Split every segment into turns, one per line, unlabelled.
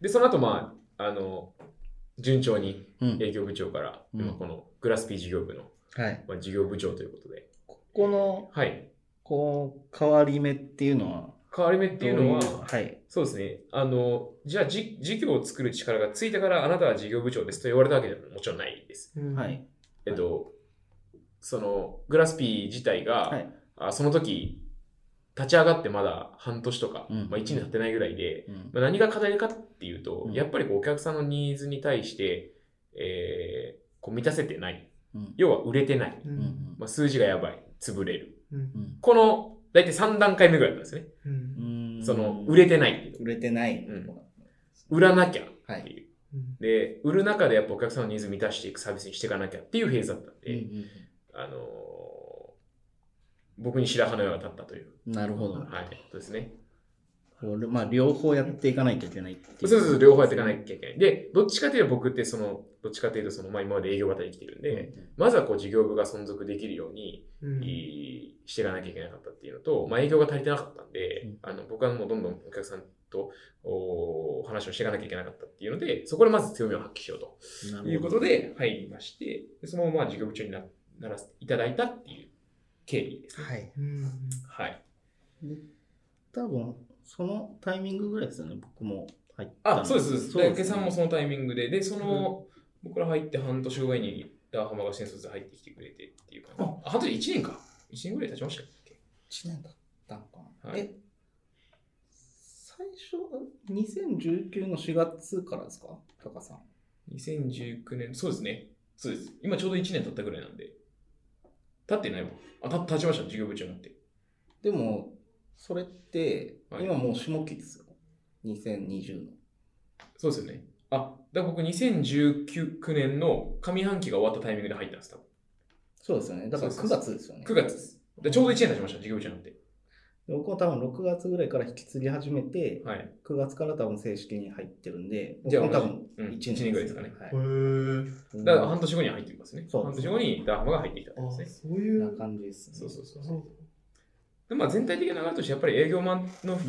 で、その後、まあ、あの、順調に
うん
営業部長から、
うん
今このグラスピー事業部の、
はい。
まあ、事業部長ということで、
ここの、
はい。
こう、変わり目っていうのは、
変わり目っていうのは、
どはい。
そうですね。あの、じゃあじ、事業を作る力がついたから、あなたは事業部長ですと言われたわけでももちろんないです。
は
はい。
い。
えっと、その、グラスピー自体が、
はい。
あその時、立ち上がってまだ半年とか、
うん
まあ1年経ってないぐらいで、
うん
まあ、何が課題かっていうと、
うん
やっぱりこうお客さんのニーズに対して、えーこう満たせてない。
うん
要は売れてない。
う
うん
ん。
まあ、数字がやばい。潰れる。
うん
う。ん
この、大体3段階目ぐらいなんですね。
う。
うんん
その、売れてないっていう
売れてない。
うん売らなきゃ
は
って
い。
いう。
うん。
で、売る中でやっぱお客さんのニーズ満たしていくサービスにしていかなきゃっていうフェーズだったんで、
うん
あのー僕に白羽の矢が立ったという。
なるほど。
はい。そうですね。
これまあ、両方やっていかないといけないってい
そうそうそう、両方やっていかなきゃいけない。で、どっちかというと僕ってその、どっちかというとその、まあ今まで営業型で生きてるんで、まずはこう事業部が存続できるように
うん。
いしていかなきゃいけなかったっていうのと、まあ、営業が足りてなかったんで、
うん
あの僕はもうどんどんお客さんとお話をしていかなきゃいけなかったっていうので、そこでまず強みを発揮しようと
なるほど
いうことで入りまして、でそのまま事業部長になならせていただいたっていう経緯ですね。
はい。
うん。
はい。
で多分、そのタイミングぐらいですよね、僕も入ったの。
あ、そうです。そうです
そう
大
で
竹
す
さんもそのタイミングで、で、そ
の
の、僕ら入って半年後に、ダーハマが新卒で入ってきてくれてっていうか、あ、半年1年か。1年ぐらい経ちましたっけ
1年だったのかな、
はい
え最初2019の4月からですかタカさん
2019年、そうですね。そうです。今ちょうど1年経ったぐらいなんで。経ってないわ。あ、た経ちました、事業部長になって。
でもそれって、
はい
今もう下期ですよ2020の
そうですよね。あ、だから僕2019年の上半期が終わったタイミングで入ったんです、多分。
そうですよねだから
そう
9
そうそう
月ですよね
9月です。でちょうど1年経ちました、事業部長になって。
で僕も多分6月ぐらいから引き継ぎ始めて、
はい。
9月から多分正式に入ってるんで
じゃあ
僕も多分
うん
1
1年ぐらいですかね。
は
へー
い、
だから半年後には入ってきますね。
そう
半年後にダーハマが入ってきたんですね
あ、。そうい
な
う。
感じですね
そうそうそう。
そう
でまあ、全体的な流れとして、やっぱり営業マンの
うん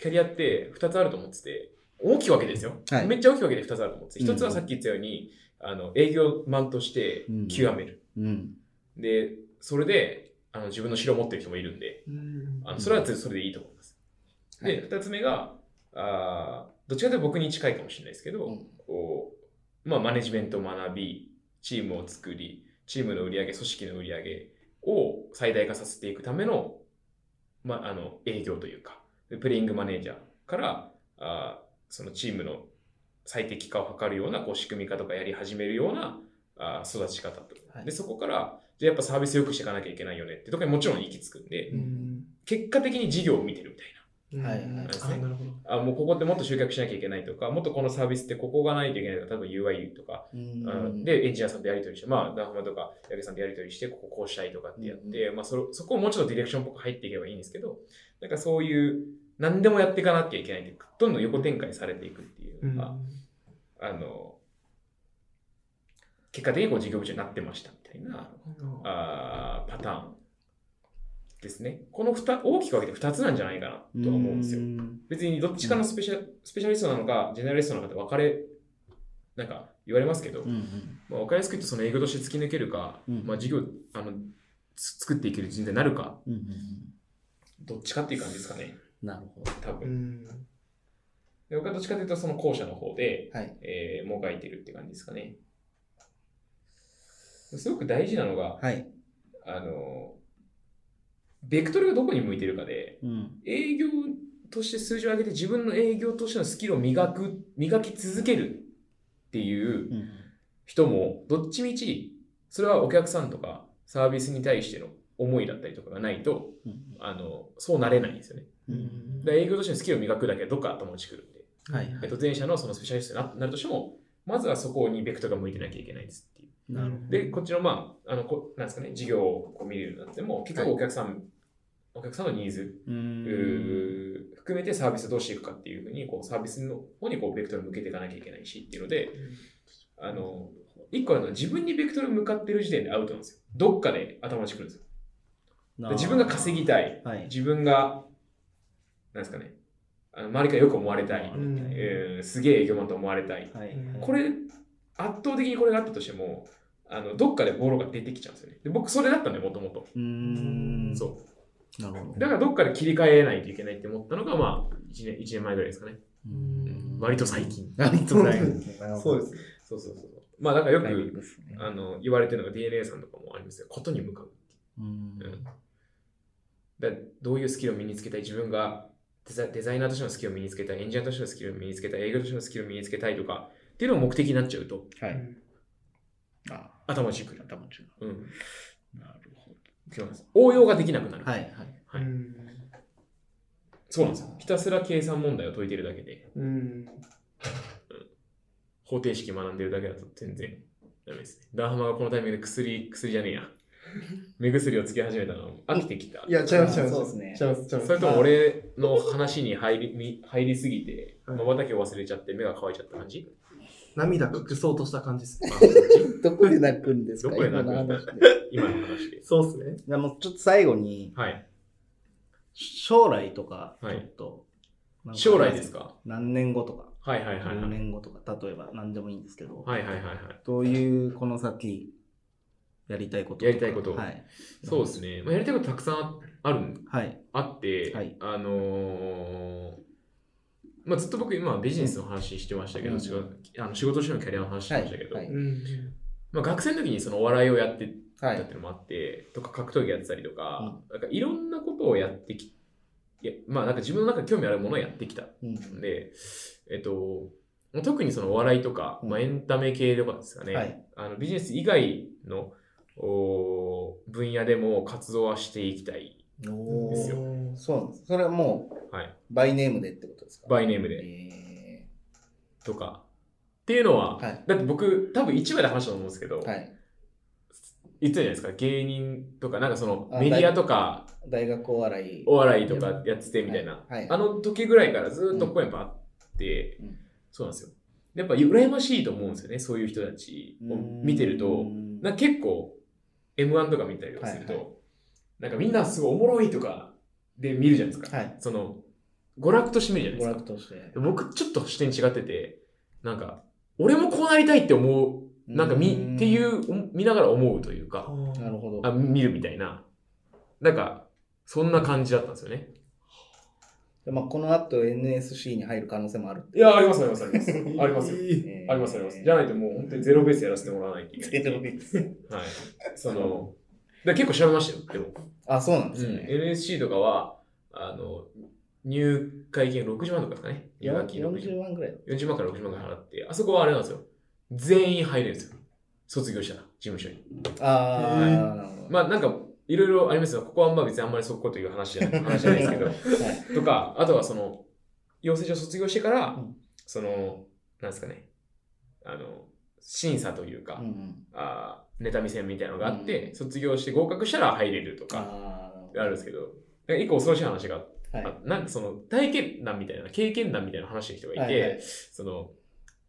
キャリアって2つあると思ってて、大きいわけですよ。
はい
めっちゃ大きいわけで2つあると思ってて、
うん
1つはさっき言ったように、あの営業マンとして極める。
うん
で、それであの自分の城を持ってる人もいるんで、
うん。
あのそれは全然それでいいと思います。
は
で、2つ目が、あーどっちかというと僕に近いかもしれないですけど、
うん
こうまあ、マネジメントを学び、チームを作り、チームの売り上げ、組織の売り上げを最大化させていくための,、まあ、あの営業というか、でプレイングマネージャーからあーそのチームの最適化を図るようなこう仕組み化とかやり始めるようなあー育ち方と、
はい
でそこからじゃあやっぱサービスを良くしていかなきゃいけないよねってとこにもちろん行き着くんで、
うん。
結果的に事業を見てるみたい
うん
はいはい
あ、なるほど。
な。あもうここってもっと集客しなきゃいけないとか、もっとこのサービスってここがないといけないとか、多分 UI とか、
うん
うんで、エンジニアさんとやり取りして、まあ、ダーフマとか、八木さんとやり取りして、こここうしたいとかってやって、まあそ、そこをもうちょっとディレクションっぽく入っていけばいいんですけど、なんかそういう、何でもやっていかなきゃいけないっていうか、どんどん横展開されていくっていうのが、あの、結果的にこう事業部長になってましたみたいなあーパターンですね。この二大きく分けて2つなんじゃないかなとは思うんですよ。別にどっちかのスペシャ,、スペシャリストなのか、ジェネラリストなのかって分かれ、なんか言われますけど、
うんうん
まあ、分かりやすく言うと、その営業として突き抜けるか、
うん
まあ、事業あのつ作っていける人材になるか、
うんうんうん
どっちかっていう感じですかね、
なるほど
多分。
ん。
で僕はどっちかというと、その後者の方で、
はい
えー、もがいてるって感じですかね。すごく大事なのが、
はい。
あの、ベクトルがどこに向いてるかで、
うん。
営業として数字を上げて自分の営業としてのスキルを磨く、磨き続けるっていう
うん。
人も、どっちみち、それはお客さんとかサービスに対しての思いだったりとかがないと、
うん
あの、そうなれないんですよね。
うん。
だから営業としてのスキルを磨くだけはどっか頭打ちくるんで、
はいは
えっと、前者のそのスペシャリストにななるとしても、まずはそこにベクトルが向いてなきゃいけないですっていう。
なるほ
で、こっちの、まあ、あの、こなんですかね、事業をこう見るようになっても、結局お客さん、お客さんのニーズ、
ど。う。
うんー含めてサービスをどうしていくかっていうふうに、こう、サービスの方にこう、ベクトル向けていかなきゃいけないしっていうので、あの、一個あるのは自分にベクトル向かってる時点でアウトなんですよ。どっかで頭打ちくるんですよ。で自分が稼ぎたい。
はい。
自分が、なんですかね、あの周りからよく思われたい、
うん
うんすげえ営業マンと思われたい。
はい。
これ、圧倒的にこれがあったとしても、あのどっかでボロが出てきちゃうんですよね。で僕、それだったんで、もともと。
うーん。。
そう
なるほど。
う。だから、どっかで切り替えないといけないって思ったのが、まあ、1年、一年前ぐらいですかね。
う
うん
ん
割と最。近。
割と最近。。
そうです
そうそうそう。まあ、だからよ
タイミン
く、
グですね
あの言われてるのが DNA さんとかもありますよ。ことに向かう。
う
う
ん
んだからどういうスキルを身につけたい自分がデザデザイナーとしてのスキルを身につけたいエンジニアとしてのスキルを身につけたい営業としてのスキルを身につけたいとかっていうのを目的になっちゃうと
はい。あ
頭打ちくる、
頭中。
うん、
なるほ
そうなんです応用ができなくなる、
ど。はいはい。
はいそうなんですよひたすら計算問題を解いてるだけで
うん。
方程式学んでるだけだと全然ダメですねダーハマがこのタイミングで薬薬じゃねえ や目薬をつけ始めたの飽きてきた
いや、違います、違います。
そうですね
違います、違います。
それとも俺の話に入りみ入りすぎて
はい
まばたきを忘れちゃって目が乾いちゃった感じ
涙がぐそうとした感じですね。
あそっち
どこで泣くんですか
どこで泣く
今の話で
今の話で。
そうですね。
じゃあもうちょっと最後に、
はい。
将来とか、ち
はい
ょっと、なんか
将来ですか
何年後とか、
はいはいはいは
10
い。
年後とか、例えば何でもいいんですけど、
はいはいはいはい。
どういうこの先、やりたいこととか
やりたいこと
はい。
そうですね。まあ、やりたいことたくさんあるん
はい。
あって、
はい
あのーまあ、ずっと僕今ビジネスの話してましたけど、
うん
仕事あの仕事してのキャリアの話してましたけど、
はいはい
うん。
まあ、学生の時にそのお笑いをやって
は
だっ
い
て。のもあって、とか格闘技やってたりとか、なんかいろんなことをやってきいやまあなんか自分の中で興味あるものをやってきた
うん
んで、えっと、特にそのお笑いとか、まあ、
うん
エンタメ系とかですかね、
はい
あのビジネス以外のおー分野でも活動はしていきたい、
お
ですよ
ーそうなんです。それはもう、
はい、
バイネームでってことですか
バイネームで
え
とかっていうのは、
はい
だって僕多分一話で話したと思うんですけど、
ーはい。
言ってたじゃないですか芸人とかなんかその
あ
メディアとか
大学お笑い。
お笑いとかやっててみたいな、
はいはい
あの時ぐらいからずっとここやっぱあって、
うん
そうなんですよやっぱ羨ましいと思うんですよねそういう人たちを見てると。
うん
なんか結構 M1 とか見たりとかすると、
はいは
なんかみんなすごいおもろいとかで見るじゃないですか、
はい
その娯楽として見るじゃ
娯
ないで
楽
すか
として。
僕ちょっと視点違っててなんか俺もこうなりたいって思うなんか見
う
っていう見ながら思うというか
なるほど。
あ見るみたいななんかそんな感じだったんですよね
でまあ、この後 NSC に入る可能性もある。
いやありますありますありますありますよ
よ。
ありますありますじゃないともう本当にゼロベースやらせてもらわないといけな
ゼ
い
ロベース
はいそのだから結構調べましたよでも
あ、そうなんで
う
す
ん
よね。
NSC とかは、あの、入会金60万とかですかね。入学金
40
60
万ぐらいだ
40万から60万ぐらい払って、あそこはあれなんですよ。全員入れるんですよ。卒業したら、事務所に。
あ
え
ー、
ー
なるほど。
まあなんか、いろいろありますよ。ここはまあ別にあんまりそこという話じ ゃない話じゃないですけど。
はい
とか、あとはその、養成所卒業してから、
うん
その、なんですかね、あの、審査というか、
うんうん
あー妬み戦みたいなのがあって、卒業して合格したら入れるとか、
あー
あるんですけど、なんか一個恐ろしい話があって、
なるほ
あなんかその体験談みたいな経験談みたいな話してる人がいて、
はいはい
その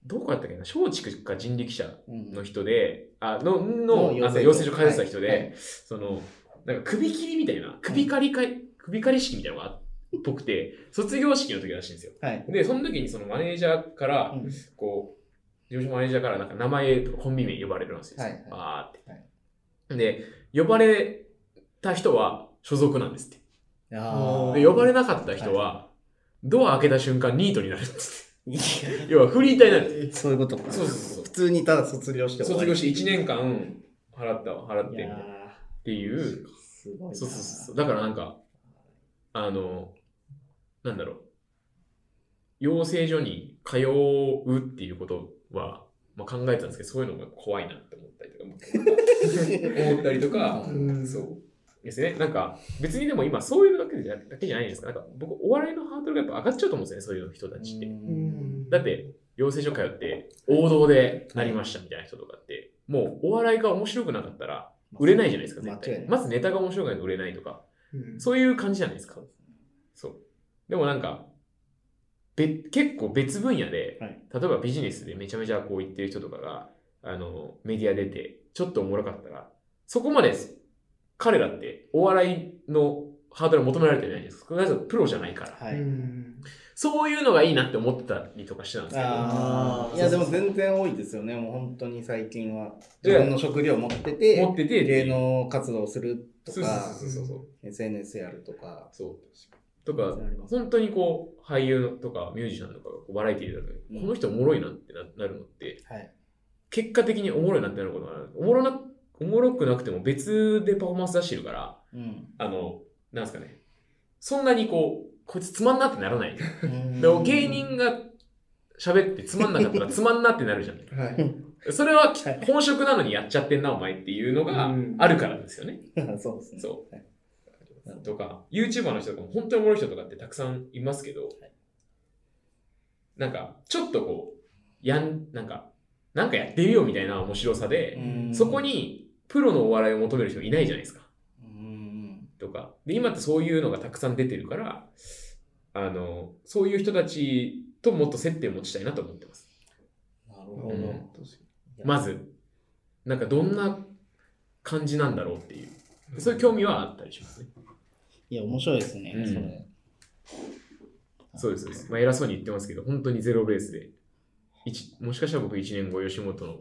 どこだったっけな松竹か人力車
ど。うん
の人で、あのの
の養成所
あそう養成所通ってた人で、
はいはい
そのなんか首切りみたいな首刈りか、首刈り式みたいなのがあっっぽくて卒業式の時らしいんですよ
はい。
でその時にそのマネージャーから
うん
こう事務所マネージャーからなんか名前とかコンビ名呼ばれるんですよ、
はいはい
バーって、
はい
で呼ばれた人は所属なんですって
あ
で呼ばれ
る。
なかった人は、ドア開けた瞬間ニートになるっつ
いや
って。要はフリーターになる。
そういうことか。
そうそうそう
普通にただ卒業して
そう。
終わ
卒
り
業して1年間払ったわ、払ってみた
い
い
や
なっ
ー
ていう。
すごいな。
そうそうそう。だからなん か、あの、なんだろう。養成所に通うっていうことは、まあ、考えてたんですけど、そういうのが怖いなって思ったりとか、思ったりとか、
うん
そう。ですね。なんか、別にでも今、そういうだけじゃだけじゃないんですか。なんか、僕、お笑いのハードルがやっぱ上がっちゃうと思うんですよね、そういう人たちって。
うん
だって、養成所通って、王道でなりましたみたいな人とかって、もうお笑いが面白くなかったら、売れないじゃないですか、絶
間違い
対
な。い
まずネタが面白くないと売れないとか、
うん
そういう感じじゃないですか。そう。でもなんか、べ結構別分野で、
はい
例えばビジネスでめちゃめちゃこう言ってる人とかが、あの、メディア出て、ちょっとおもろかったら、そこまで彼らってお笑いのハードルを求められてないじゃないですか。少なくともプロじゃないから。
はい。
うん
そういうのがいいなって思ってたりとかしてたんですけど、
あ
あ
あ
ー
いやでも全然多いですよねもう本当に最近は
で
自分の職業を持ってて
持っててってい
芸
う
能活動をすると
そう
か
そうそうそう。
SNS やるとか
そうとか
全然あります
本当にこう俳優のとかミュージシャンとかがこうバラエティーで
うん
この人おもろいなってななるのって
はい
結果的におもろいなってなることがあるおもろなおもろくなくても別でパフォーマンス出してるから
うん
あのなんですかねそんなにこうこいつつまんなってならないで
うん
芸人が喋ってつまんなかったらつまんなってなるじゃん
はいい。
それは
はい
本職なのにやっちゃってんなお前っていうのが
うん
あるからですよね
そうですね
そう
はい
とか、YouTuber の人とかも本当におもろい人とかってたくさんいますけど、なんか、ちょっとこう、やん、なんか、なんかやってみようみたいな面白さで、
うん
そこにプロのお笑いを求める人いないじゃないですか。
うん
とか。で、今ってそういうのがたくさん出てるから、あの、そういう人たちともっと接点持ちたいなと思ってます。
なるほ
う
ど
うん
ん
い
確か
や
まず、なんかどんな感じなんだろうっていう。そういう興味はあったりしますね。
いや面白いですね
うんそ
それ
うですそうです。まあ、偉そうに言ってますけど、本当にゼロベースで。一もしかしたら僕1年後、吉本の、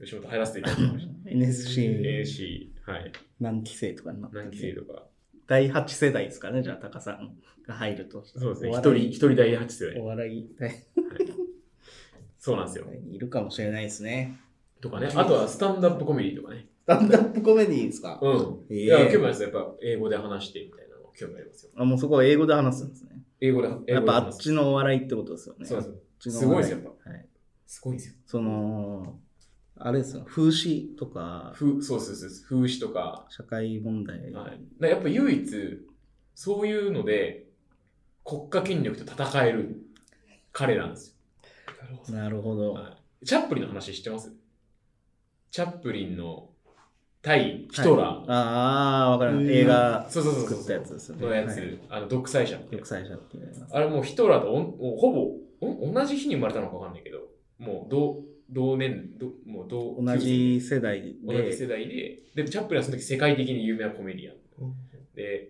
吉本入らせていただきました。
NSC
AC、はい、
何期生とかになってて
何期生とか。
第8世代ですかねじゃあタカさんが入ると
そうですね、
お
一人、
笑い
一人第8世代。
お笑い大
そうなんですよ。
会にいるかもしれないですね
とかね、あとはスタンダップコメディとかね。
スタンダップコメディーですか、
うん。
ええ
いや、興味ありますよ。やっぱ英語で話してみたいなの興味ありますよ。
あもうそこは英語で話すんですね
英語で、英
やっ
語で
ぱあ
話
っ
す。
ちのお笑いってことですよね
そう
あっ
です
ちの
すごいですよ、やっ
お笑いはい
すごいんですよ。
そのあれですよ風刺とか
ふそうそうそうそう。風刺とか、
社会問題、
はい、だからやっぱ唯一そういうので国家権力と戦える彼なんです
になるほど。
なるほど、
よ、はい、チャップリンの話知ってますチャップリンの対ヒトラーの、
ああわかる
うん
映画
そうそうそうそう
作ったやつですよね
のやつ、
はい
あの独裁者
独裁者っていうやつ
あれもうヒトラーとおんもうほぼお同じ日に生まれたのかわかんないけどもう同同年どもう同
同じ世代で
同じ世代ででチャップリンはその時世界的に有名なコメディアンで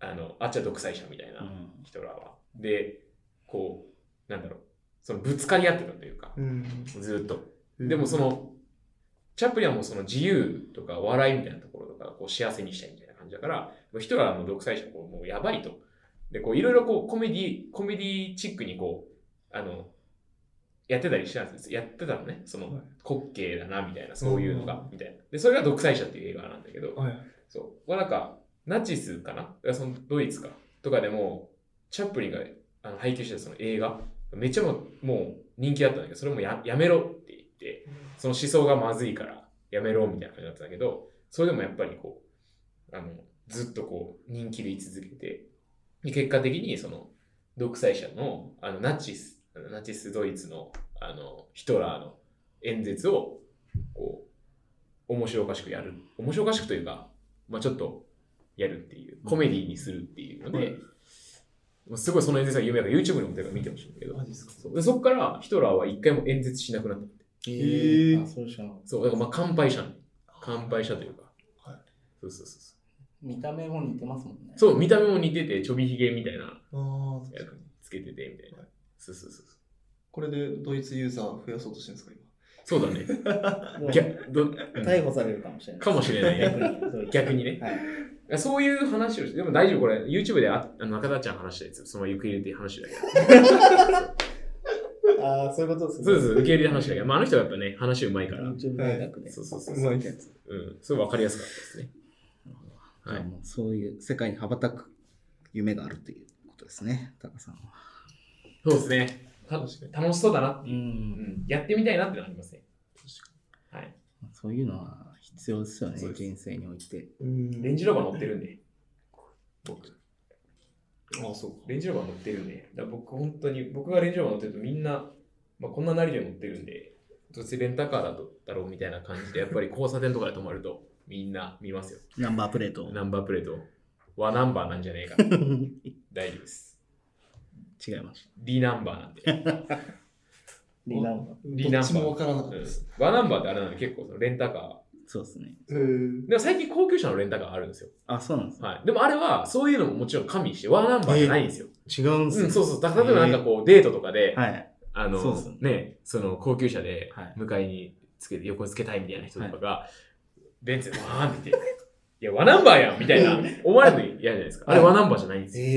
あのあっちは独裁者みたいな、
うん
ヒトラーは。で、こう、なんだろう、そのぶつかり合ってたというか、
うん。
ずっと。でもその、チャップリンはもうその自由とか笑いみたいなところとか、こう幸せにしたいみたいな感じだから、もうヒトラーの独裁者はこうもうやばいと。で、こういろいろこうコメディ、コメディチックにこう、あの、やってたりしてたんですやってたのね、そ
はい
の、滑稽だな、みたいな、そういうのが、みたいな。で、それが独裁者っていう映画なんだけど、
はい。
そう。はなんか、ナチスかないやそのドイツか。とかでも、チャップリンがあの配給してたその映画、めっちゃもうもう人気だったんだけど、それもややめろって言って、その思想がまずいからやめろみたいな感じだったんだけど、それでもやっぱりこう、あの、ずっとこう、人気で居続けて、で結果的にその、独裁者の、あの、ナチス、あのナチスドイツの、あの、ヒトラーの演説を、こう、面白おかしくやる。面白おかしくというか、まあちょっと、やるっていう、コメディにするっていうので、もうすごいその演説が有名だから YouTube にも出るから見てほしいんだけど
マジですか
そうでそこからヒトラーは一回も演説しなくなった
え
ー
あそうじゃん
そうだからまあ乾杯したの乾杯したというか、
はい
そうそうそうそ
見た目も似てますもんね
うそう見た目も似ててちょびひげみたいな
ああ、確かに。
つけててみたいな、
はい
そうそうそうそ
これでドイツユーザー増やそうとしてるんですか、
うそうだね
でも
ぎゃどうん
逮捕されるかもしれない
かもしれない ね
ね
逆にね
はい
そういう話をしてでも大丈夫これ YouTube でああの中田ちゃん話したやつその受け入れて話だけど
ああそういうことですね
そうそう受け入れて話だけど、まあ、あの人はやっぱね話うまいから、
YouTube 大学で、
そうそうそう
今。
そう
まいです。
うんすごい分かりやすかったですねはい
もうそういう世界に羽ばたく夢があるということですね、タカさんは。
そうですねた楽しそうだな
う、
うんんやってみたいなってなりますね。はい。
そういうのは必要ですよね
そう、です
人生において。
うん
レンジローバー乗ってるんで、僕、
ああ、そうか。
レンジローバー乗ってるんで、だから僕、本当に、僕がレンジローバー乗ってるとみんな、まあ、こんななりで乗ってるんで、どうせレンタカーだとだろうみたいな感じで、やっぱり交差点とかで止まると、みんな見ますよ。
ナンバープレートを。
ナンバープレート、和ナンバーなんじゃねえか。
違
大丈夫です。
います。
D ナンバーなんで。
リナンバー。
リナンバー
どっちもわからなかっ
う
た
ん
です。
和ナンバーってあれなの結構そのレンタカ
そうですね。
えー、
でも最近高級車のレンタカーあるんですよ。
あ、そうなんですね。
はい。でもあれは、そういうのももちろん加味して、ワンナンバーじゃないんですよ。
違うんです
う
ね
ん、そうそう。だから例えばなんかこう、デートとかで、
はい。
あの、
そうそう
ね、その高級車で
はい、
迎えにつけて、横につけたいみたいな人とかが、ベンツでわーんって言 って、いや、ワンナンバーやんみたい な、思われるの嫌じゃないですか。あれ
はい
ワンナンバーじゃないんですよ。
え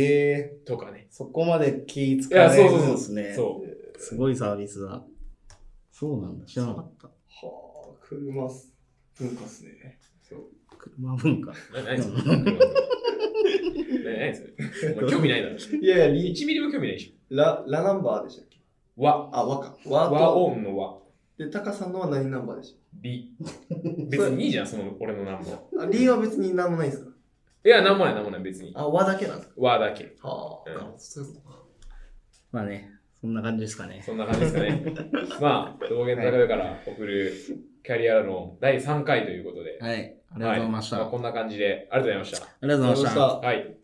え
とかね。
そこまで気使われるんですね。。
そう
すごいサービスだ。そうなんだ。知らなかった。
はあ、車す文化っすね。
車文化。
う。な何 それな何それお前 興味ないだろ。
いやいや、リ
1ミリも興味ないでし
ラ、ラナンバーでしたっけ
ょ。和。
あ、和か。和
和
と、
音の和。
で、タカさんのは何ナンバーでし
リ。別にいいじゃん、その俺のナンバー。
たあ、リーは別に何もないんですか
いや、なんもない、なんもない、別に。
あ、和だけなんですか
和だけ。
はあ、
うん
なるほどそういうことか。
まあね、そんな感じですかね。
そんな感じですか ね。まあ、道元高部から送るキャリアの第3回ということで。
はい。ありがとうございました。
はまあこんな感じで、ありがとうございました。
ありがとうございました。
はい。